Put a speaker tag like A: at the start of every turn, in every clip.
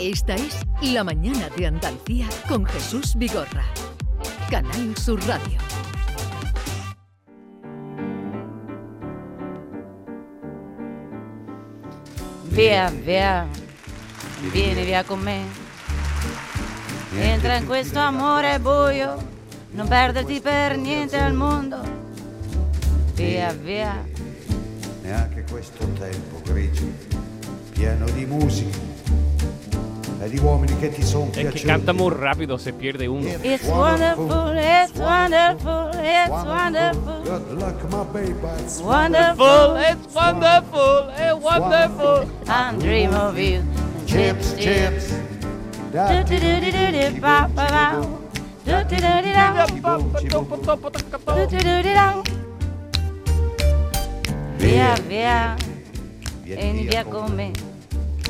A: Esta es La Mañana de Andalucía con Jesús Vigorra. Canal Sur Radio.
B: Vea, vea, vieni via con me. Entra in questo amore buio, non perderti per niente al mondo. Via, via.
C: Neanche questo tempo grigio, pieno di musica e di uomini che ti sono
D: Es que
C: piaciuti.
D: canta muy rápido, se pierde uno.
B: It's wonderful, it's wonderful, it's wonderful.
C: Good luck, my baby. It's
B: Wonderful,
D: it's wonderful,
E: eh,
D: it's
C: wonderful.
B: I dream of you.
C: Chips, chips. Da, di, di, di, di, di, ba, ba,
B: Do-do-do-do-do-ba-ba-ba.
C: ba.
B: Do-do-do-do-do. Do-do-do-do-do. Via, via, vieni via con me.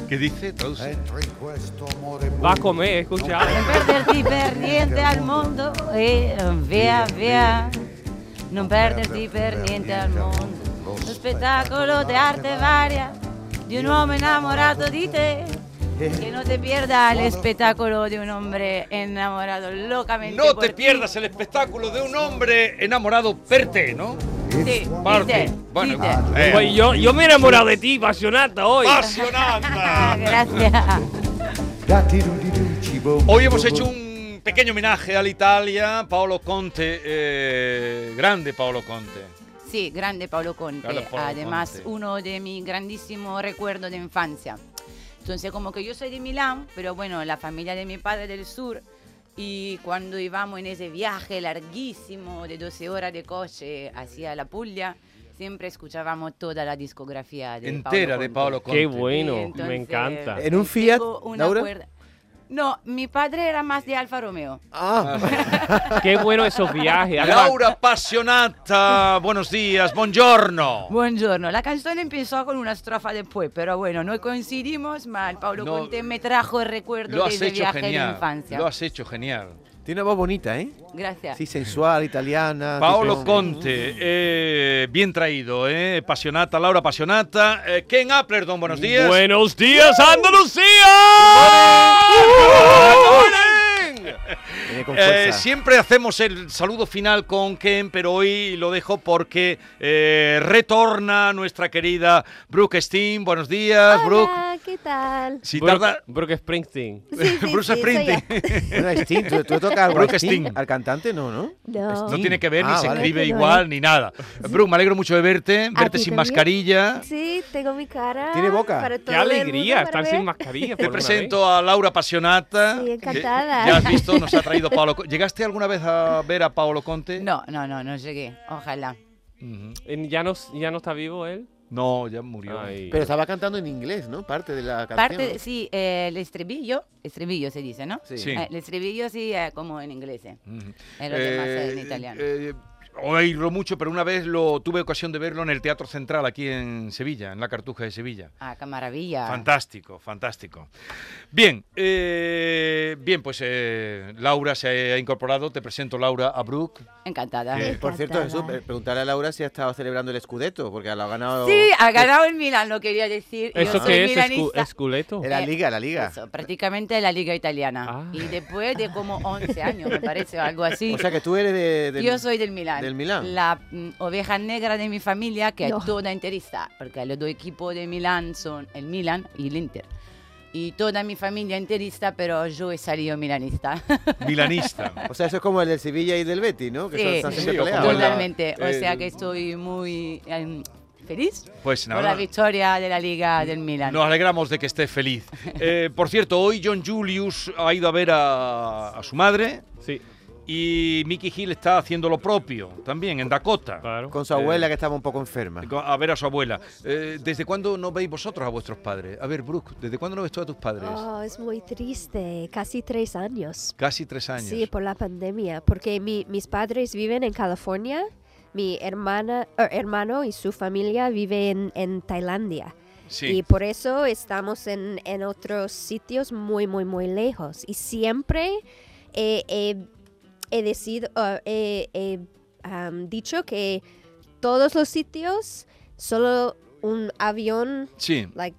E: ¿Qué dice? Traduce.
C: Entra in questo amore
D: Va a
C: buio.
D: comer, escucha.
C: Non
B: Perderti per niente al mondo. E via, via, non perderti per niente al mondo. Lo spettacolo di arte varia di un uomo innamorato di te. Que no te pierdas el espectáculo de un hombre enamorado locamente.
E: No
B: por
E: te
B: ti.
E: pierdas el espectáculo de un hombre enamorado perte, ¿no?
B: Sí,
E: Parte.
B: dice,
E: Bueno,
B: dice.
E: eh,
D: Pues yo, yo me he enamorado de ti, pasionata, hoy.
B: Ah,
E: apasionante.
B: Gracias.
C: Da, di, du, di, du, ci, bo,
E: Hoy
C: bo,
E: hemos
C: bo,
E: hecho
C: bo.
E: un pequeño homenaje a la Italia, Paolo Conte, eh, grande Paolo Conte.
B: Sí, grande Pablo Conte.
E: Grande Paolo
B: Además,
E: Conte.
B: uno de mis grandísimos recuerdos de infancia. Entonces, como que yo soy de Milán, pero bueno, la familia de mi padre del sur. Y cuando íbamos en ese viaje larguísimo de 12 horas de coche hacia la Puglia, siempre escuchábamos toda la discografía de
E: Entera de Paolo Conte.
D: Qué bueno,
B: Sí, entonces,
D: me encanta.
F: ¿En un Fiat,
B: tengo una
F: Laura?
B: cuerda- No, mi padre era más de Alfa Romeo.
F: Ah,
D: Qué bueno esos viajes. Ahora-
E: Laura Passionata, buenos días, buongiorno.
B: Buongiorno, la canción empezó con una estrofa después, pero bueno, no coincidimos mal. Pablo
E: No,
B: Conte me trajo el recuerdo
E: Lo
B: de
E: has
B: ese
E: hecho
B: viaje de
E: genial.
B: infancia.
E: Lo has hecho genial.
F: tiene una voz bonita, ¿eh?
B: Gracias.
F: Sí, sensual, italiana.
E: Paolo
F: tipo-
E: Conte, eh, bien traído, eh, Passionata, Laura Passionata. Eh, Ken Applerton, buenos días.
D: Buenos días, Andalucía.
F: Viene con
E: Eh,
F: fuerza.
E: siempre hacemos el saludo final con Ken, pero hoy lo dejo porque eh, retorna nuestra querida Brooke Steam. Buenos días, Brooke.
G: Hola, ¿qué tal?
E: Si
D: Brooke-
E: tarda.
D: Brooke Springsteen.
G: Sí, sí,
E: Bruce
G: sí, soy
E: Springsteen.
F: Bueno, a Sting, ¿tú, tú tocas algo a
E: Brooke
F: Sting?
E: Sting.
F: al cantante? No, ¿no?
G: No.
E: No tiene que ver, ni
F: Ah,
E: se
F: vale.
E: escribe
G: Que no,
E: igual,
G: ¿eh?
E: ni nada. Brooke, me alegro mucho de verte, verte
G: ti
E: sin
G: también?
E: mascarilla.
G: Sí, tengo mi cara.
F: Tiene boca.
G: para
D: Qué
G: todo el
D: alegría
G: mundo para
D: estar sin
G: ver.
D: mascarilla. por
E: Te
D: una vez.
E: presento a Laura Passionata.
G: Sí,
E: que
G: encantada.
E: Ya has visto, nos ha traído Paolo. Co- ¿Llegaste alguna vez a ver a Paolo Conte?
B: No, no, no, no llegué. Ojalá.
E: Ujú.
D: Eh, ¿Ya no, ¿Ya no está vivo él?
E: No, ya murió.
D: Ay.
F: Pero estaba cantando en inglés, ¿no? Parte de la canción.
B: Parte, sí, eh, el estribillo, estribillo se dice, ¿no?
F: Sí.
E: Sí.
B: Eh, el estribillo sí, eh, como en inglés, eh,
E: Ujú.
B: en los demás eh, en
E: Eh,
B: italiano.
E: eh, oírlo mucho, pero una vez lo tuve ocasión de verlo en el Teatro Central aquí en Sevilla, en la Cartuja de Sevilla.
B: ah, qué maravilla.
E: Fantástico, fantástico. Bien, eh, bien, pues eh, Laura se ha incorporado. Te presento Laura a Brooke.
B: Encantada.
E: Qué-
F: Eh, por cierto, Jesús,
G: Encantada.
F: pre- preguntarle a Laura si ha estado celebrando el Scudetto, porque lo ha ganado
B: Sí, ha ganado el Milan, lo quería decir. Yo
D: ¿Eso
B: soy
D: qué es? Escu-
B: milanista.
D: ¿Esculeto?
E: Eh,
F: en la Liga, la Liga.
B: Eso, prácticamente la liga italiana.
D: Ah.
B: Y después de como 11 años, me parece, o algo así.
F: O sea que tú eres de... del-
B: Yo soy del Milán.
F: del Milán.
B: La mm, oveja negra de mi familia, que
G: No.
B: es toda interista, porque los dos equipos de Milán son el Milán y el Inter. Y toda mi familia interista, pero yo he salido milanista.
E: Milanista.
F: O sea, eso es como el del Sevilla y del Betis, ¿no? Que son,
B: Sí.
F: están
E: Sí,
F: siempre
E: o como
F: peleados.
E: el-
B: Totalmente. O
E: eh,
B: sea que estoy muy em, feliz
E: Pues
B: por la
E: nada.
B: victoria de la liga del Milán.
E: Nos alegramos de que esté feliz. Eh, por cierto, hoy John Julius ha ido a ver a, a su madre
D: Sí,
E: y Mickey Hill está haciendo lo propio también en Dakota.
D: claro.
F: Con su abuela que estaba un poco enferma.
E: Con- A ver a su abuela. Eh, ¿Desde cuándo no veis vosotros a vuestros padres? A ver, Brooke, ¿desde cuándo no ves tú a tus padres?
G: Oh, es muy triste. Casi tres años.
E: Casi tres años.
G: Sí, por la pandemia. Porque mi- mis padres viven en California. Mi hermana, er, hermano y su familia vive en, en Tailandia.
E: Sí.
G: Y por eso estamos en, en otros sitios muy, muy, muy lejos. Y siempre eh, eh, he, decido- uh, he- he, um, dicho que todos los sitios, solo un avión,
E: Sí.
G: like,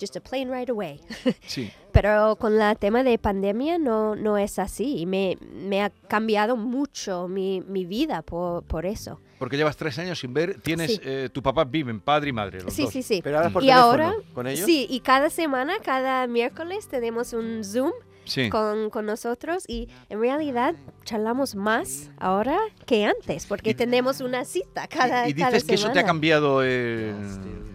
G: just a plane right away.
E: Sí.
G: Pero con el tema de pandemia no, no es así. Y Me, me ha cambiado mucho mi, mi vida por, por eso.
E: Porque llevas tres años sin ver, tienes,
G: Sí.
E: eh, tu papá vive en padre y madre, los
G: Sí,
E: dos.
G: sí, sí.
F: Pero ahora es por
G: y
F: teléfono,
G: ahora,
F: ¿Con ellos?
G: sí, y cada semana, cada miércoles tenemos un Zoom
E: Sí.
G: con, con nosotros y en realidad charlamos más ahora que antes porque
E: Y-
G: tenemos una cita cada,
E: y, y dices
G: cada
E: que eso te ha
G: semana.
E: cambiado, eh,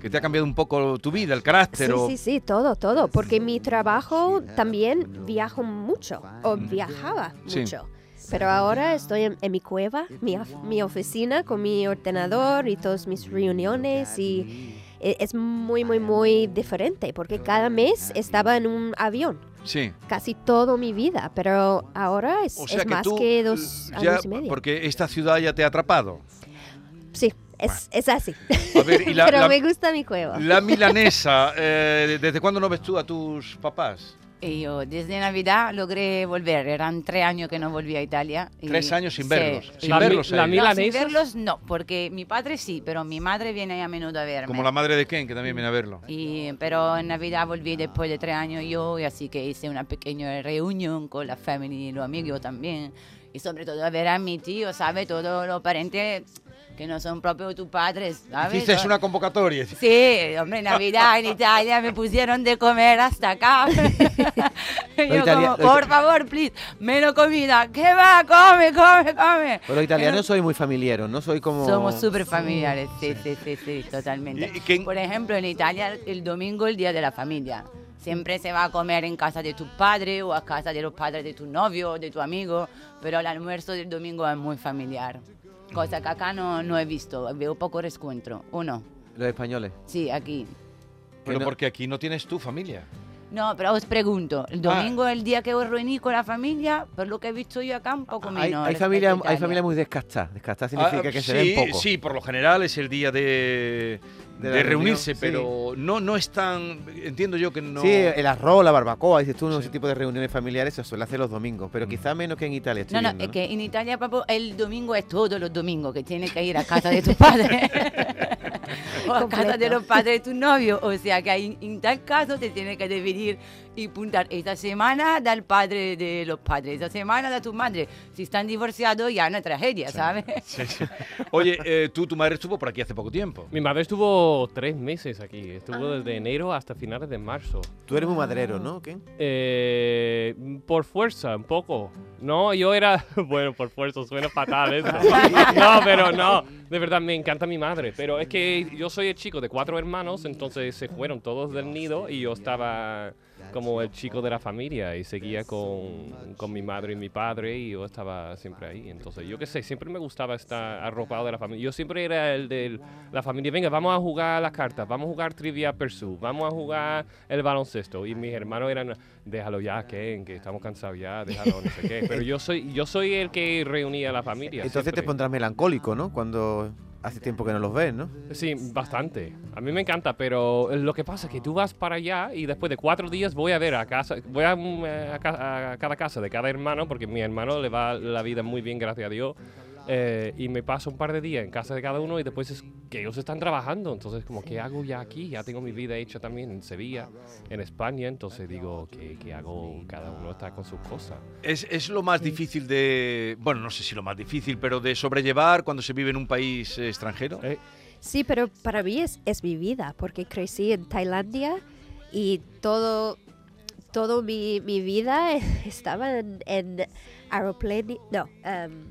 E: que te ha cambiado un poco tu vida, el carácter. o-
G: Sí, sí, sí, todo, todo, porque mi trabajo también viajo mucho, o viajaba
E: Sí.
G: mucho. Pero ahora estoy en, en mi cueva, mi, of- mi oficina con mi ordenador y todas mis reuniones y e- es muy, muy, muy diferente porque cada mes estaba en un avión,
E: sí.
G: casi toda mi vida, pero ahora es,
E: O sea
G: es
E: que
G: más
E: tú,
G: que dos
E: eh, ya-
G: años y medio.
E: Porque esta ciudad ya te ha atrapado.
G: Sí, es, es así.
E: A ver, y la,
G: pero
E: la-
G: me gusta mi cueva.
E: la milanesa, eh, ¿desde cuándo no ves tú a tus papás?
B: Y yo desde Navidad logré volver. Eran tres años que no volví a Italia. y-
E: Tres años sin
B: Sí.
E: verlos. Sin
D: La mi-
E: verlos a
D: la
E: ellos.
D: mila-
B: No, sin
D: ¿Milanesas?
B: verlos no, porque mi padre sí, pero mi madre viene ahí a menudo a verme.
E: Como la madre de Ken, que también viene a verlo.
B: Y- pero en Navidad volví después de tres años yo, y así que hice una pequeña reunión con la familia y los amigos también. Y sobre todo a ver a mi tío, ¿sabes? Todos los parientes que no son propios tus padres, ¿sabes?
E: Hiciste una convocatoria.
B: Sí, hombre, Navidad en Italia me pusieron de comer hasta acá.
F: Los
B: Yo
F: itali-
B: como,
F: los-
B: por favor, please, menos comida. ¿Qué va? Come, come, come.
F: Pero los italianos soy muy familiares, no soy como...
B: Somos súper familiares, sí, sí, sí, sí,
E: ¿Y- y
B: totalmente.
E: quién-
B: Por ejemplo, en Italia el domingo es el día de la familia. Siempre se va a comer en casa de tus padres o a casa de los padres de tu novio o de tu amigo, pero el almuerzo del domingo es muy familiar. Cosa que acá no, no he visto, veo poco rescuentro. Uno,
F: Los españoles.
B: sí, aquí.
E: Pero
F: no-
E: porque aquí no tienes tu familia.
B: No, pero os pregunto, el domingo es el día que os reuní con la familia, por lo que he visto yo acá un poco
F: Ah, Hay,
B: menos.
F: hay
B: respecto a
F: familias hay
B: Italia.
F: familias muy descastadas. Descastadas
E: Ah,
F: significa que se
E: sí,
F: ven poco.
E: Sí, por lo general es el día de, de
F: De la
E: reunirse,
F: reunión, sí.
E: pero no, no es tan. Entiendo yo que no.
F: Sí, eh. el arroz, la barbacoa, dices tú, ese tipo de reuniones familiares se suele hacer los domingos,
E: Mm.
F: pero quizá menos que en Italia. estoy
B: No, no,
F: viendo,
B: es que en Italia, papo, el domingo es todos los domingos que tienes que ir a casa de tus padres. o a casa de
G: Completo.
B: los padres de tu novio. O sea que en, en tal caso te tienes que dividir y puntar. Esta semana del padre de los padres, esta semana de tu madre. Si están divorciados ya es una tragedia, ¿sabes?
E: Sí, sí. Oye, eh, tú, tu madre estuvo por aquí hace poco tiempo.
D: Mi madre estuvo tres meses aquí. Estuvo
B: Ah.
D: desde enero hasta finales de marzo.
F: Tú eres muy madrero,
B: Mm.
F: ¿no? ¿Qué?
D: Eh, por fuerza, un poco. No, yo era. Bueno, por fuerza, suena fatal eso. No, pero no. De verdad, me encanta mi madre. Pero es que yo soy el chico de cuatro hermanos, entonces se fueron todos del nido y yo estaba como el chico de la familia y seguía con, con mi madre y mi padre y yo estaba siempre ahí. Entonces, yo qué sé, siempre me gustaba estar arropado de la familia. Yo siempre era el de la familia. Venga, vamos a jugar a las cartas, vamos a jugar Trivia Pursuit, vamos a jugar el baloncesto. Y mis hermanos eran, déjalo ya, Ken, que estamos cansados ya, déjalo, no sé qué. Pero yo soy, yo soy el que reunía a la familia.
F: Entonces te
D: siempre.
F: pondrás melancólico, ¿no? Cuando hace tiempo que no los ves, ¿no?
D: Sí, bastante. A mí me encanta, pero lo que pasa es que tú vas para allá y después de cuatro días voy a ver a casa, voy a, mm, a ca- a cada casa de cada hermano, porque mi hermano le va la vida muy bien, gracias a Dios. eh, y me paso un par de días en casa de cada uno y después es que ellos están trabajando. Entonces, como, ¿qué hago ya aquí? Ya tengo mi vida hecha también en Sevilla, en España. Entonces digo, ¿qué, qué hago? Cada uno está con sus cosas.
E: Es, es lo más difícil de. Bueno, no sé si lo más difícil, pero de sobrellevar cuando se vive en un país eh, extranjero.
D: Eh,
G: Sí, pero para mí es, es mi vida, porque crecí en Tailandia y todo, todo mi, mi vida estaba en, en aeroplane- no, em,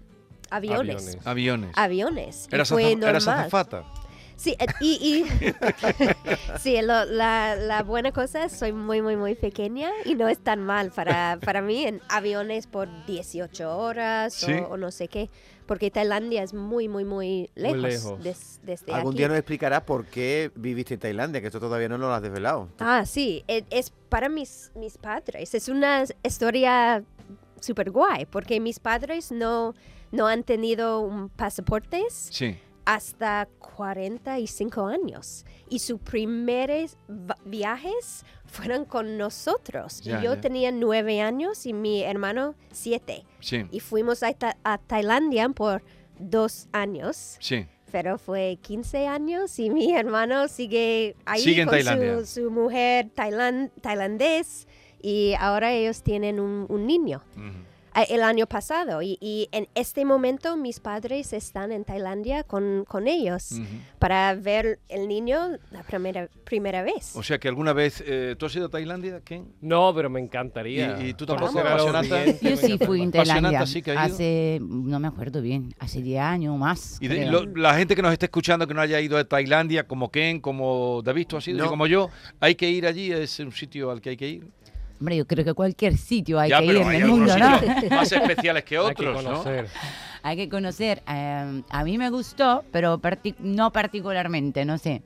G: aviones.
D: aviones.
E: Aviones.
F: Ah,
G: Aviones. y
E: Eras,
G: fue
E: azafa- eras
G: normal.
E: azafata.
G: Sí, eh, y, y- sí lo- la, la buena cosa es soy muy, muy, muy pequeña y no es tan mal para, para mí en aviones por 18 horas
E: Sí.
G: o, o no sé qué, porque Tailandia es muy, muy, muy lejos,
D: lejos.
G: des- desde
F: Algún
G: aquí.
F: día nos explicarás por qué viviste en Tailandia, que esto todavía no lo has desvelado.
G: Ah, sí, e- es para mis, mis padres. Es una s- historia súper guay, porque mis padres no, no han tenido un pasaportes
E: Sí.
G: hasta 45 años. Y sus primeros va- viajes fueron con nosotros. Y
E: Ya,
G: yo
E: ya.
G: tenía nueve años y mi hermano siete.
E: Sí.
G: Y fuimos a, Ta- a Tailandia por dos años.
E: Sí.
G: pero fue 15 años y mi hermano sigue ahí
E: Sigue en
G: con
E: Tailandia.
G: su, su mujer tailan- tailandés y ahora ellos tienen un, un niño
E: Ujú.
G: a- el año pasado y, y en este momento mis padres están en Tailandia con, con ellos
E: Ujú.
G: para ver el niño la primera, primera vez.
E: O sea que alguna vez. eh, ¿Tú has ido a Tailandia, Ken?
D: No, pero me encantaría.
E: ¿Y, y tú tampoco,
D: Conocer a los
E: apasionata?
D: clientes, me
B: Yo sí
D: encantaría.
B: fui en
E: Apasionante,
B: Tailandia
E: sí que ha ido.
B: hace, no me acuerdo bien, hace 10 años o más.
E: Y de-
B: creo.
E: lo- la gente que nos esté escuchando que no haya ido a Tailandia, como Ken, como David, tú has ido, y
F: No.
E: como yo, hay que ir allí, es un sitio al que hay que ir.
B: Hombre, yo creo que cualquier sitio hay
E: ya,
B: que ir
E: pero
B: en
E: hay
B: el
E: algunos
B: mundo, ¿no?
E: sitios más especiales que
D: Hay que
E: otros, ¿no?
D: conocer.
B: Hay que conocer. eh, a mí me gustó, pero parti- no particularmente, no sé.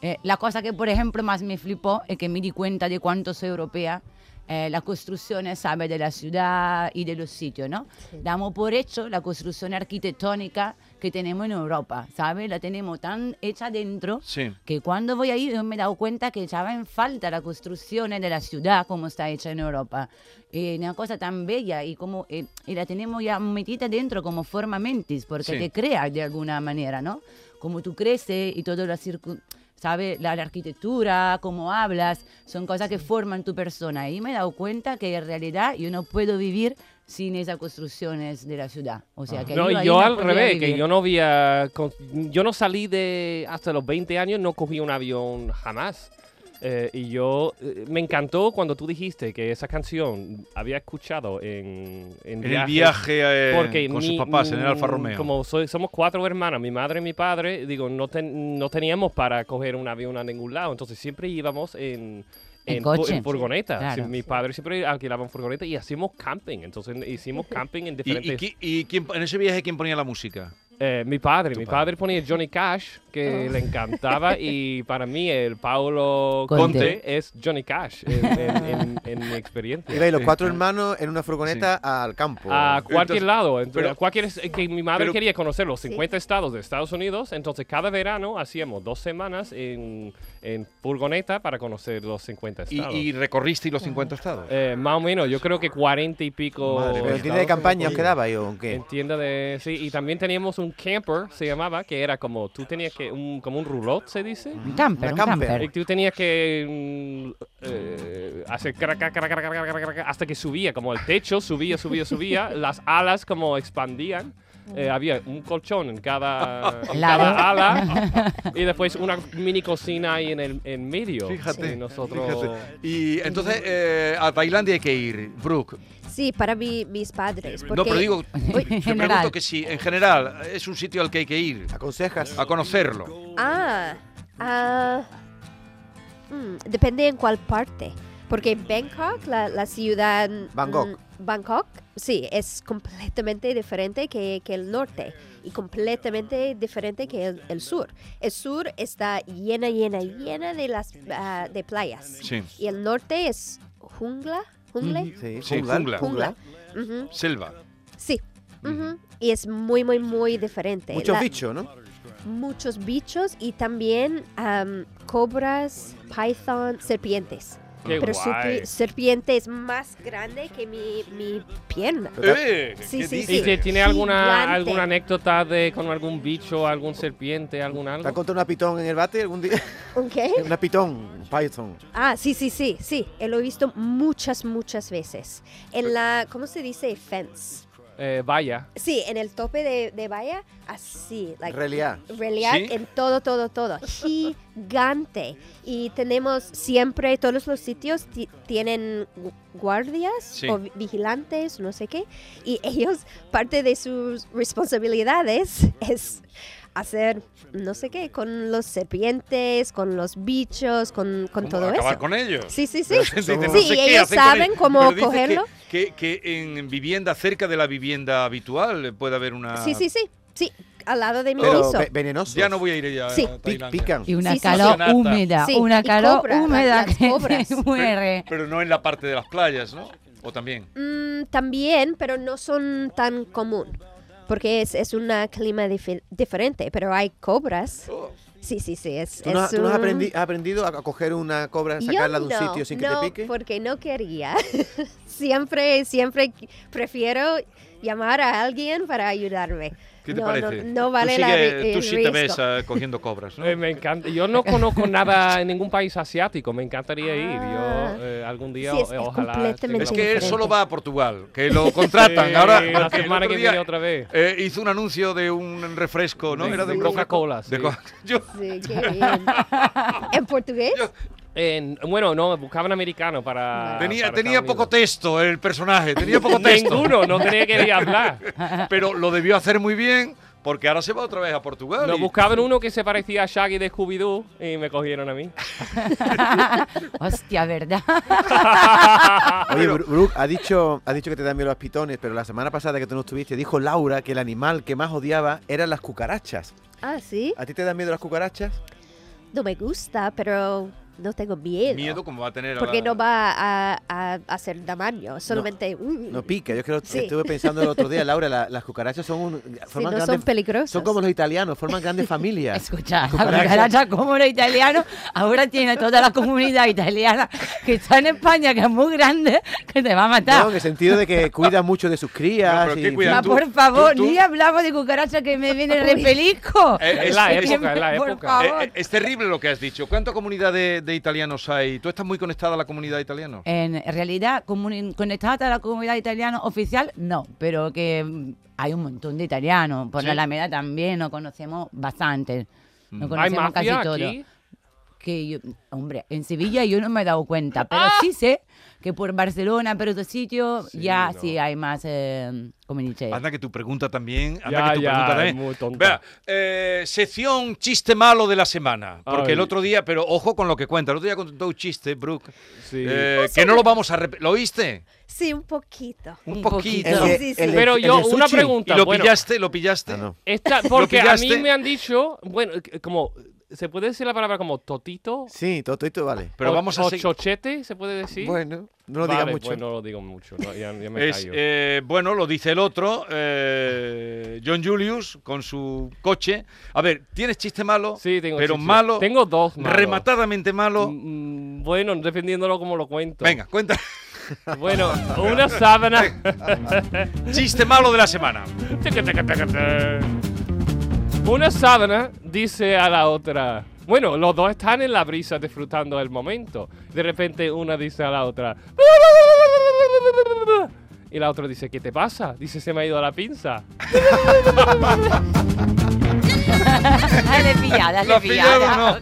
B: Eh, la cosa que, por ejemplo, más me flipó es que me di cuenta de cuánto soy europea. eh, las construcciones, ¿sabes? De la ciudad y de los sitios, ¿no? Damos por hecho la construcción arquitectónica que tenemos en Europa, ¿sabes? La tenemos tan hecha dentro
E: Sí.
B: que cuando voy ahí yo me he dado cuenta que echaba en falta las construcciones de la ciudad como está hecha en Europa. Eh, una cosa tan bella y como eh, y la tenemos ya metida dentro como forma mentis, porque
E: Sí.
B: te crea de alguna manera, ¿no? Como tú creces y todo la circu- ¿sabe? La, la arquitectura, cómo hablas, son cosas que forman tu persona. Y me he dado cuenta que en realidad yo no puedo vivir sin esas construcciones de la ciudad. O sea, que
D: Ah. No,
B: yo, ahí
D: yo
B: no
D: al
B: podría
D: revés, que
B: vivir.
D: yo no había. con- Yo no salí de. Hasta los 20 años no cogí un avión jamás. Eh, y yo. eh, me encantó cuando tú dijiste que esa canción había escuchado en. En,
E: En el
D: viajes,
E: viaje eh,
D: Porque
E: con
D: mi-
E: sus papás en el Alfa
D: mm,
E: Romeo.
D: Como soy- somos cuatro hermanas, mi madre y mi padre, digo, no, ten- no teníamos para coger un avión a ningún lado. Entonces siempre íbamos en.
B: En
D: fu-
B: coche.
D: furgoneta.
B: Claro.
D: Sí, mis padres siempre alquilaban furgoneta y hacíamos camping. Entonces hicimos camping en
E: ¿Y, y
D: diferentes
E: qui- y quién- en ese viaje quién ponía la música?
D: eh, mi padre,
E: Tu
D: mi
E: padre.
D: padre. ponía Johnny Cash, que le encantaba, y para mí el Paolo
B: Conte.
D: Conte, es Johnny Cash en, en- en- en mi experiencia.
F: Ibais los
E: Sí. Ah,
F: cuatro hermanos en una furgoneta al campo.
D: A cualquier
E: Entonces-
D: lado, ent-
E: pero-
D: a cualquier es- que mi madre
E: pero-
D: quería conocer los 50 estados de Estados Unidos, entonces cada verano hacíamos dos semanas en, en furgoneta para conocer los 50
E: Y,
D: estados.
E: y recorriste los 50 estados.
D: Eh, más o menos, yo creo que 40 y pico.
E: Madre mía.
F: Pero el
D: estados
F: dinero de
D: hemos
F: campaña os
D: cogido.
F: quedaba yo, aunque.
D: En tienda de... Sí, y también teníamos un camper, se llamaba, que era como... Tú tenías que... Un, como un roulotte, se dice.
B: Un camper, un
F: Una camper.
B: camper.
D: Y tú tenías que mm, eh, hacer crac, crac, crac, crac, crac, crac, crac, hasta que subía, como el techo subía, subía, subía, las alas como expandían. Eh, había un colchón en cada, en
B: Lado.
D: cada ala y después una mini cocina ahí en el en medio.
E: Fíjate,
D: Y nosotros...
E: fíjate. Y entonces eh, a Tailandia hay que ir, Brooke.
G: Sí, para mi- mis padres. Porque,
E: No, pero digo,
B: Uy,
E: te
B: general.
E: pregunto que si en general es un sitio al que hay que ir,
F: ¿Aconsejas?
E: a conocerlo.
G: Ah, ah, mm, depende en cuál parte. Porque en Bangkok, la, la ciudad... mm,
F: Bangkok.
G: Bangkok, sí, es completamente diferente que, que el norte y completamente diferente que el, el sur. El sur está llena, llena, llena de las ah, de playas.
E: Sí.
G: Y el norte es jungla, jungle,
F: Sí,
E: Sí, jungla.
G: jungla. Ujú,
E: Selva.
G: Sí. ujú, Y es muy, muy, muy diferente.
F: Muchos
G: La-
F: bichos, ¿no?
G: muchos bichos y también am, cobras, python, serpientes.
D: Qué
G: Pero
D: guay.
G: serpi- serpiente es más grande que mi, mi pierna.
E: ¡Eh!
G: Sí,
E: ¿Qué
G: sí,
E: dices?
D: ¿Y
G: sí.
D: te- tiene alguna,
G: Gigante.
D: alguna anécdota de con algún bicho, algún serpiente, algún
F: ¿Te han
D: algo?
F: contado una pitón en el bate algún día?
G: ¿Ok?
F: Una pitón, un python.
G: Ah, sí, sí, sí, sí. eh, Lo he visto muchas, muchas veces. En la, ¿cómo se dice? Fence.
D: Eh, vaya.
G: Sí, en el tope de, de valla, así. like-
F: Reliar.
G: Reliar
E: ¿Sí?
G: en todo, todo, todo. Gigante. Y tenemos siempre, todos los sitios ti- tienen gu- guardias
E: Sí.
G: o vi- vigilantes, no sé qué. Y ellos, parte de sus responsabilidades es hacer no sé qué con los serpientes, con los bichos, con, con
E: ¿Cómo
G: todo
E: acabar
G: eso.
E: con ellos.
G: Sí, sí, sí.
E: Entonces,
G: Sí,
E: no
G: y
E: sé qué
G: ellos
E: hacen con
G: saben
E: ellos.
G: cómo
E: Pero dices que-
G: cogerlo.
E: Que, que en vivienda, cerca de la vivienda habitual, eh, puede haber una.
G: Sí, sí, sí. Sí, al lado de mi
F: Pero
G: piso.
F: ve- venenosos.
E: Ya no voy a ir ya
G: Sí.
E: a
F: Pi-
E: Tailandia.
F: pican.
B: Y una
G: Sí, sí,
B: calor
E: sí.
B: húmeda,
G: Sí,
B: una
G: y
B: calor
G: cobra,
B: húmeda
G: las- las
B: que
G: cobras.
B: se muere.
E: Pero no en la parte de las playas, ¿no? O también.
G: Mm, también, pero no son tan común. Porque es, es un clima dife- diferente, pero hay cobras. Sí, sí, sí. Es,
F: Oh. ¿Tú no,
G: es
F: tú no has,
G: un-
F: aprendi- has aprendido a a coger una cobra,
G: Yo
F: sacarla de un
G: no,
F: sitio sin que
G: no,
F: te pique?
G: porque no quería. siempre, siempre prefiero llamar a alguien para ayudarme.
E: ¿Qué te
G: no,
E: parece?
G: No, no vale
E: tú
G: la
E: sigue-
G: ri- el
E: Tú sí te ves
G: riesgo.
E: ah, cogiendo cobras, ¿no?
D: Eh, me encanta. Yo no conozco nada en ningún país asiático. Me encantaría ir.
G: Ah.
D: Yo eh, algún día,
G: Sí, es-
D: eh,
G: es
D: ojalá.
G: completamente
E: Es
D: tenga-
E: que él
G: diferente.
E: solo va a Portugal, que lo contratan.
D: Sí,
E: Ahora,
D: la
E: porque el
D: semana
E: otro
D: que
E: día,
D: viene otra vez.
E: eh, hizo un anuncio de un refresco, ¿no?
D: De-
E: Era de
D: de
E: un
D: Coca-Cola,
E: refresco. De
D: sí.
E: Coca- Yo-
G: Sí, qué bien. ¿En portugués?
D: En- bueno, no, buscaban americano Ah, para.
E: tenía
D: para
E: tenía
D: Estados
E: poco
D: Unidos.
E: texto el personaje, tenía poco texto.
D: Ninguno, no tenía que ir a hablar.
E: Pero lo debió hacer muy bien porque ahora se va otra vez a Portugal.
D: No,
E: y-
D: buscaban uno que se parecía a Shaggy de Scooby-Doo y me cogieron a mí.
B: Hostia, ¿verdad?
F: Oye, Bru- Brooke, ha dicho, ha dicho que te dan miedo los pitones, pero la semana pasada que tú no estuviste, dijo Laura que el animal que más odiaba eran las cucarachas.
G: Ah, sí.
F: ¿A ti te dan miedo las cucarachas?
G: No me gusta, pero no tengo miedo.
E: Miedo como va a tener. a
G: porque
E: la-
G: no va a, a- a hacer tamaño, solamente... mm,
F: No pica, yo es que lo-
G: Sí.
F: estuve pensando el otro día, Laura, la- las cucarachas son un-
G: si no
F: forman
G: son
F: grandes,
G: peligrosos.
F: son como los italianos, forman grandes familias.
B: Escucha, la
F: Cucaracha.
B: cucaracha como los italianos, ahora tiene a toda la comunidad italiana que está en España, que es muy grande, que te va a matar.
F: No, en el sentido de que cuidan mucho de sus crías.
E: No, pero
F: y-
E: ¿qué cuidan?
B: Ma,
G: Ah, pues,
E: tú-
B: por favor,
E: tú- tú-
B: ni hablamos de cucaracha que me viene el repelisco.
E: Eh,
D: Es
E: es-
D: la
B: es-
D: época, es la
B: por
D: época.
B: favor.
E: Eh, eh, es terrible lo que has dicho. ¿Cuánta comunidad de, de italianos hay? ¿Tú estás muy conectada a la comunidad italiana?
G: Eh.
B: En realidad, comuni- conectada a la comunidad italiana oficial, no, pero que mm, hay un montón de italianos. Por
E: Sí. Mm.
B: la Alameda también nos conocemos bastante. Nos
D: ¿Hay
B: conocemos casi
D: mafia
B: todos.
D: aquí?
B: que yo, hombre, en Sevilla yo no me he dado cuenta, pero sí sé que por Barcelona, pero otros sitios
D: Sí,
B: ya
D: no.
B: sí hay más eh, comunidad.
E: Anda que tu pregunta también. Anda
D: Ya,
E: que tu
D: ya,
E: pregunta
D: es
E: también.
D: muy tonta.
E: Vea, eh, sección chiste malo de la semana. Porque el
D: Ay.
E: otro día, pero ojo con lo que cuenta. El otro día contó un chiste, Brooke.
D: Sí.
E: eh, que no lo vamos a repetir. ¿Lo oíste?
G: Sí, un poquito.
E: Un
B: Un
E: poquito.
B: poquito.
F: El de-
G: Sí, sí, sí.
F: el de-
D: Pero
F: el
D: yo,
F: de
D: una
F: sushi.
D: pregunta.
E: ¿Y lo
D: bueno,
E: pillaste? ¿Lo pillaste?
F: Ah, no.
D: Esta, porque a mí
E: pillaste?
D: me han dicho, bueno, eh, como, ¿se puede decir la palabra como totito?
F: Sí, todo, todo esto vale.
E: Pero
D: O-
E: vamos a
D: o
E: seguir.
D: chochete, ¿se puede decir?
F: Bueno, no lo
D: Vale,
F: digas mucho.
D: pues no lo digo mucho, no, ya, ya me
E: Es,
D: callo.
E: eh, bueno, lo dice el otro, eh, John Julius, con su coche. A ver, ¿tienes chiste malo?
D: Sí, tengo
E: Pero
D: chiste.
E: malo,
D: Tengo dos malos.
E: rematadamente malo.
D: Mm, bueno, defendiéndolo como lo cuento.
E: Venga, cuenta.
D: Bueno, una sábana.
E: chiste malo de la semana.
D: Teque, teque, teque, te. Una sábana dice a la otra. Bueno, los dos están en la brisa disfrutando el momento. De repente una dice a la otra. Y la otra dice, ¿qué te pasa? Dice, se me ha ido la pinza.
E: Ah.
B: Dale pillada, dale
E: ¿Lo has pillado
B: pillada.
E: o no?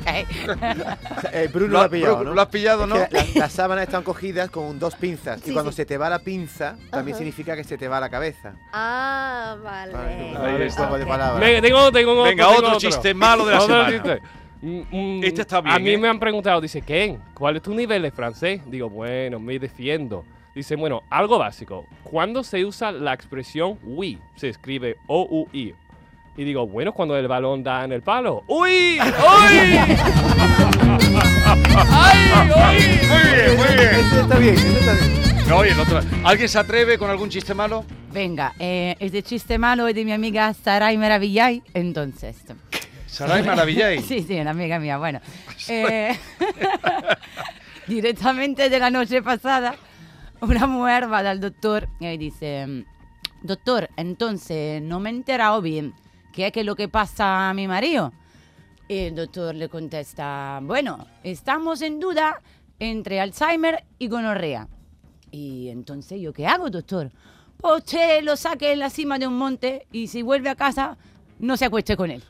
B: ok.
F: Eh, Bruno
E: Lo
F: lo,
E: ha-
F: ha pillado,
E: Bruno,
F: ¿no?
E: lo has pillado,
F: Es
E: ¿no?
F: que la- las sábanas están cogidas con dos pinzas
G: Sí,
F: y cuando
G: sí.
F: se te va la pinza también significa que se te va la cabeza.
G: Ah, vale.
E: Ahí
F: un
E: está.
F: poco de
G: Ok.
F: palabra.
D: Venga, tengo, tengo otro,
E: Venga,
D: tengo
E: otro chiste malo de la
D: Otro
E: semana.
D: chiste. Mm, mm,
E: Este está
D: A
E: bien,
D: mí
E: ¿eh?
D: me han preguntado, dice, Ken, ¿cuál es tu nivel de francés? Digo, bueno, me defiendo. Dice, bueno, algo básico. ¿Cuándo se usa la expresión oui? Se escribe O-U-I. Y digo, bueno, cuando el balón da en el palo. ¡Uy! ¡Uy! ¡Ay! ¡Uy!
E: Muy bien, muy bien.
F: Ese está bien, ese está bien.
E: No, oye, el otro- ¿Alguien se atreve con algún chiste malo?
B: Venga, eh, este chiste malo es de mi amiga Saray Maravillay, entonces.
E: Saray Maravillay.
B: Sí, sí, una amiga mía, bueno. Eh, directamente de la noche pasada, una mujer va al doctor y dice, doctor, entonces no me he enterado bien, ¿qué es que lo que pasa a mi marido? Y el doctor le contesta, bueno, estamos en duda entre Alzheimer y gonorrea. Y entonces, ¿yo qué hago, doctor? Pues usted lo saque en la cima de un monte y si vuelve a casa, no se acueste con él.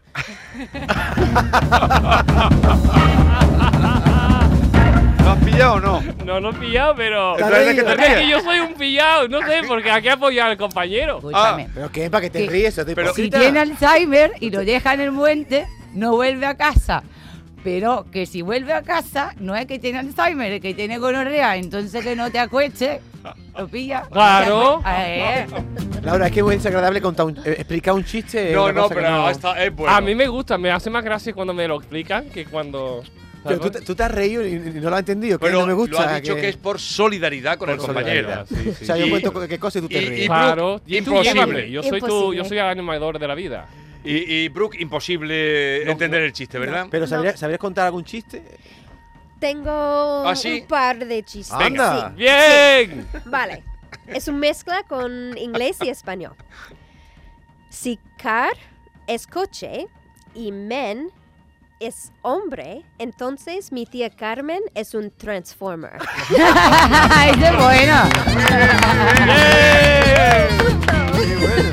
E: ¿Lo has pillado o no?
D: No lo he pillado, pero.
E: Entonces, ¿de qué te
D: Es que
E: ríes?
D: yo soy un pillado, no sé, porque aquí apoyar al compañero.
B: Escúchame.
F: Pero que es para que te
B: Sí.
F: ríes, eso te
E: Pero-
B: si
F: hipócrita.
B: tiene Alzheimer y lo deja en el puente, no vuelve a casa. Pero que si vuelve a casa, no es que tiene Alzheimer, es que tiene gonorrea. Entonces que no te acueste, lo pilla.
D: Claro.
B: Ah, eh.
F: Laura, es que es muy desagradable contar un- eh, explicar un chiste. es
E: No,
F: una
E: no,
F: cosa que
E: pero está, es bueno.
D: A mí me gusta, me hace más gracia cuando me lo explican que cuando.
F: Pero tú, te- tú te has reído y, y no lo has entendido, que
E: Pero
F: no me gusta.
E: lo ha dicho que... es por solidaridad con
D: Por
E: el compañero.
D: solidaridad, sí, sí.
F: O sea, yo
E: Y-
F: cuento co- qué cosa y tú te
E: y-
F: ríes.
E: y-
D: Claro,
E: Brooke,
D: y tú
E: imposible.
D: llévame, Yo soy tu, yo
G: Imposible.
D: soy el animador de la vida.
E: Y, y Brooke, imposible entender el chiste, ¿verdad?
F: Pero ¿sabrías, sabrías contar algún chiste?
G: Tengo
E: ¿Ah, sí?
G: un par de chistes.
F: Anda.
G: sí.
D: Bien.
G: Vale. es una mezcla con inglés y español. Si car es coche y men es hombre, entonces mi tía Carmen es un transformer.
H: Ese es bueno.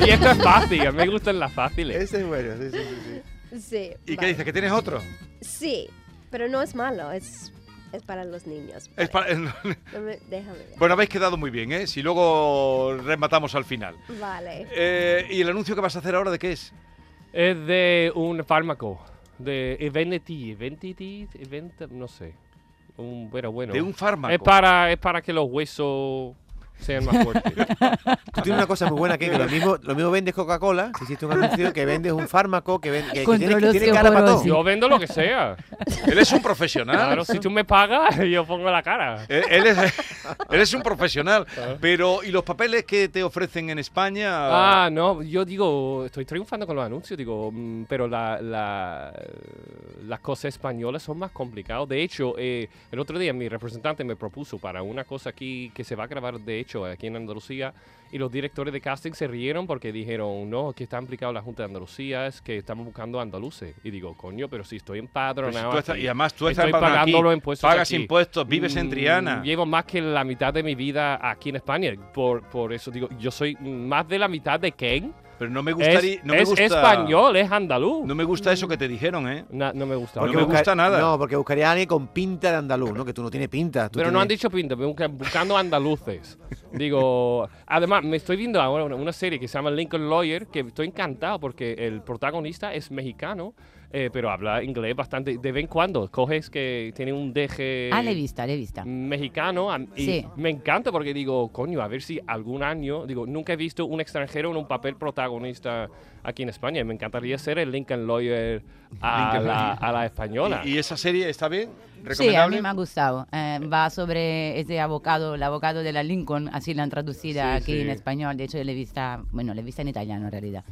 D: Y esto es fácil, a mí me gustan las fáciles.
F: Ese es bueno, sí, sí, sí. sí.
G: Sí.
E: ¿Y qué
G: vale.
E: dices? ¿Que tienes otro?
G: Sí, pero no es malo, es, es para los niños.
E: Es
G: Vale,
E: para-
G: no me- déjame ver.
E: bueno, habéis quedado muy bien, ¿eh? Si luego rematamos al final.
G: Vale.
E: Eh, ¿Y el anuncio que vas a hacer ahora de qué es?
D: Es de un fármaco, de Evenity, Evenity, Event, no sé. Un, pero bueno.
E: De un fármaco.
D: Es para, es para que los huesos sean más fuertes.
F: Tú tienes una cosa muy buena, Ken, que lo mismo, lo mismo vendes Coca-Cola, que hiciste un anuncio, que vendes un fármaco, que, vendes que, que tiene, que tiene cara para todo.
D: Yo vendo lo que sea.
E: Él es un profesional.
D: Claro, si tú me pagas, yo pongo la cara.
E: Él, él es, él es un profesional. Pero, ¿y los papeles que te ofrecen en España? Pues
D: Ah, no, yo digo, estoy triunfando con los anuncios, digo, mm, pero la, la- las cosas españolas son más complicadas. De hecho, eh, el otro día mi representante me propuso para una cosa aquí que se va a grabar, de hecho, aquí en Andalucía, y los directores de casting se rieron porque dijeron, no, que está implicado la Junta de Andalucía, es que estamos buscando andaluces. Y digo, coño, pero si estoy
E: Pero si
D: empadronado.
E: tú estás-
D: aquí,
E: y además tú estás
D: estoy
E: empadronado
D: pagando
E: aquí,
D: los impuestos.
E: pagas
D: aquí.
E: impuestos, vives en
D: Mm,
E: Triana.
D: Llevo más que la mitad de mi vida aquí en España. Por, por eso digo, yo soy más de la mitad de Ken.
E: Pero no me gustaría.
D: Es,
E: no me
D: es
E: gusta,
D: español, es andaluz.
E: No
D: No,
E: me gusta eso que te dijeron, ¿eh?
D: no me gusta.
E: Porque
D: No me
E: busca- gusta nada.
F: No, porque buscaría a alguien con pinta de andaluz, ¿no? Que tú no tienes pinta. tú
D: Pero no
F: tienes-
D: han dicho pinta, busca- buscando andaluces. Digo, además, me estoy viendo ahora una, una serie que se llama Lincoln Lawyer, que estoy encantado porque el protagonista es mexicano, eh, pero habla inglés bastante. De vez en cuando, coges que tiene un deje
H: Ah, le he visto, le he visto.
D: mexicano am- y
H: Sí.
D: me encanta porque digo, coño, a ver si algún año, digo, nunca he visto un extranjero en un papel protagonista aquí en España. y Me encantaría ser el Lincoln Lawyer a,
E: Lincoln
D: la,
E: Lawyer.
D: a la española.
E: ¿Y, y esa serie está bien?
H: Sí, a
E: ¿Recomendable?
H: mí me ha gustado. Eh, va sobre ese abogado, el abogado de la Lincoln, así la han traducido
D: Sí,
H: aquí
D: sí.
H: en español. De hecho, yo le he visto, bueno, le he visto en italiano en realidad.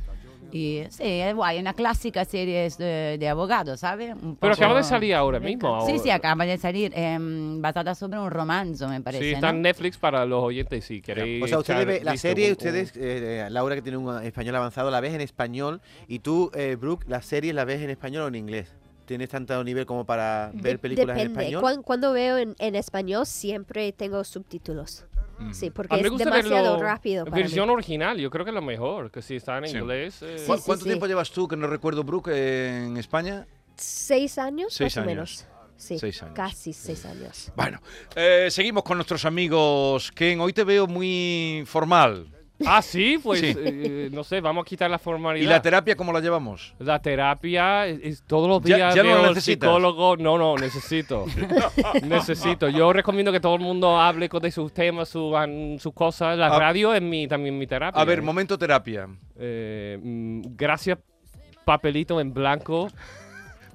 H: Y sí, es guay, una clásica serie de, de abogados, ¿sabes? Un
D: Pero
H: poco-
D: acaba de salir ahora mismo.
H: Sí,
D: ahora.
H: sí, acaba de salir, em, basada sobre un romance, me parece.
D: Sí, está
H: ¿no?
D: en Netflix para los oyentes si queréis.
F: O sea, ustedes
D: echar
F: ve la
D: visto
F: serie,
D: un-
F: ustedes, eh, eh, Laura que tiene un español avanzado, la ves en español y tú, eh, Brooke, la serie la ves en español o en inglés. ¿Tienes tanto nivel como para ver
G: De-
F: películas
G: Depende.
F: en español?
G: Cuan- Cuando veo en, en español siempre tengo subtítulos. Sí,
D: A
G: porque
D: mí me
G: es
D: gusta
G: demasiado
D: verlo
G: rápido para
D: Versión
G: mí.
D: original, yo creo que es lo mejor, que si está en
E: Sí.
D: inglés. eh,
G: Sí,
E: ¿Cu-
G: sí,
E: ¿Cuánto
G: sí.
E: tiempo llevas tú, que no recuerdo, Brooke, en España?
G: Seis años,
E: Seis
G: más o
E: años.
G: menos. Sí,
E: Seis años.
G: casi seis años.
E: Bueno, eh, seguimos con nuestros amigos. Ken, hoy te veo muy formal.
D: Ah, sí, pues
E: Sí.
D: eh, no sé, vamos a quitar la formalidad.
E: ¿Y la terapia cómo la llevamos?
D: La terapia es, es todos los
E: Ya-
D: días
E: ya no
D: veo
E: la
D: al
E: necesitas.
D: psicólogo. No, no, necesito. necesito. Yo recomiendo que todo el mundo hable con- de sus temas, su- an- sus cosas. La
E: A-
D: radio es mi, también mi terapia.
E: Ah. A ver, momento terapia.
D: Eh, mm, gracias, papelito en blanco.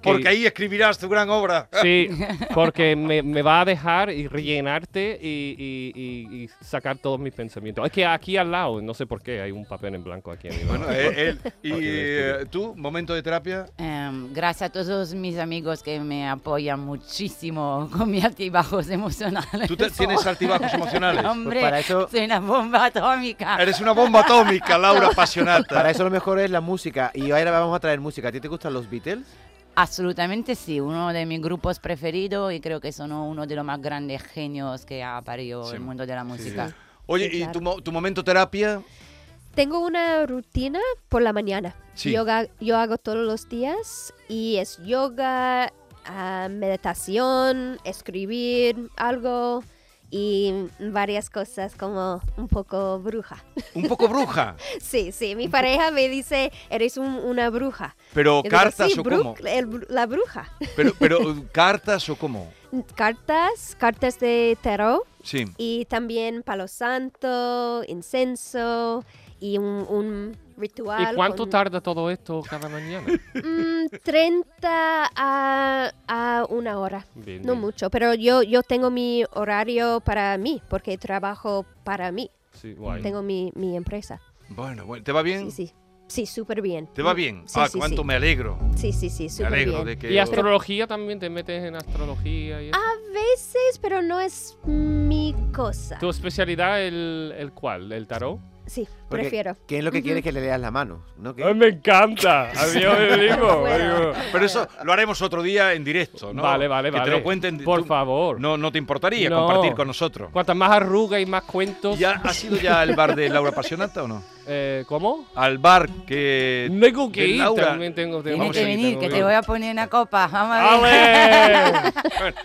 D: que-
E: Porque ahí escribirás tu gran obra.
D: Sí, porque me, me va a dejar y rellenarte y, y- y- y sacar todos mis pensamientos. Es que aquí al lado, no sé por qué, hay un papel en blanco aquí. a mi lado.
E: Bueno, eh, él- ¿Y eh, tú, momento de terapia?
H: Em, gracias a todos mis amigos que me apoyan muchísimo con mis altibajos emocionales.
E: ¿Tú te- tienes altibajos emocionales?
H: Hombre,
F: para eso-
H: soy una bomba atómica.
E: Eres una bomba atómica, Laura Apasionata.
F: Para eso lo mejor es la música. Y ahora vamos a traer música. ¿A ti te gustan los Beatles?
H: Absolutamente sí, uno de mis grupos preferidos y creo que son uno de los más grandes genios que ha parido
E: Sí.
H: el mundo de la música.
E: Oye, ¿y
G: Sí, claro.
E: tu, mo- tu momento terapia?
G: Tengo una rutina por la mañana.
E: Sí.
G: Yoga, yo hago todos los días y es yoga, ah, meditación, escribir algo y varias cosas como un poco bruja.
E: Un poco bruja.
G: Sí, sí, mi pareja me dice, eres un- una bruja.
E: Pero
G: Yo digo,
E: cartas
G: "Sí,
E: o
G: Brooke,
E: cómo.
G: el bru- la bruja.
E: Pero, pero cartas o cómo.
G: Cartas, cartas de tarot
E: Sí.
G: y también palo santo, incenso y un, un ritual.
D: ¿Y cuánto
G: con-
D: tarda todo esto cada mañana?
G: Mm, 30 a, a una hora.
D: Bien,
G: No
D: bien.
G: mucho, pero yo, yo tengo mi horario para mí, porque trabajo para mí.
D: Sí, guay.
G: Tengo mi, mi empresa.
E: Bueno, bueno, ¿te va bien?
G: Sí, sí. Sí, súper bien.
E: ¿Te va bien?
G: Sí,
E: ah,
G: sí,
E: cuánto
G: sí.
E: me alegro.
G: Sí, sí, sí,
E: Me
G: súper
E: alegro
G: bien.
E: de que.
D: ¿Y
G: Ah.
D: astrología también? ¿Te metes en astrología? Y eso?
G: A veces, pero no es mi cosa.
D: ¿Tu especialidad el, el cuál? ¿El tarot?
G: Sí,
F: Porque,
G: prefiero.
F: ¿Qué es lo que quiere que le leas la mano? ¿No? Que-
D: ¡Ay, me encanta! Adiós, le digo.
G: Bueno.
D: digo.
E: Pero eso lo haremos otro día en directo, ¿no?
D: Vale, vale,
E: que
D: vale.
E: te lo cuenten.
D: Por
E: tú-
D: favor.
E: No, no te importaría
D: No.
E: compartir con nosotros.
D: Cuantas más arrugas y más cuentos.
E: ¿Ya has ido ya al bar de Laura Apasionata o no?
D: Eh, ¿Cómo?
E: Al bar que.
D: Tengo que
E: de
D: ir.
E: Laura.
D: También tengo, tengo
H: Tienes
E: Vamos
H: que
E: a-
D: ir,
H: venir,
D: tengo
H: que
D: ir.
H: te voy a poner una copa. Vamos a ver.
D: ¡Ale!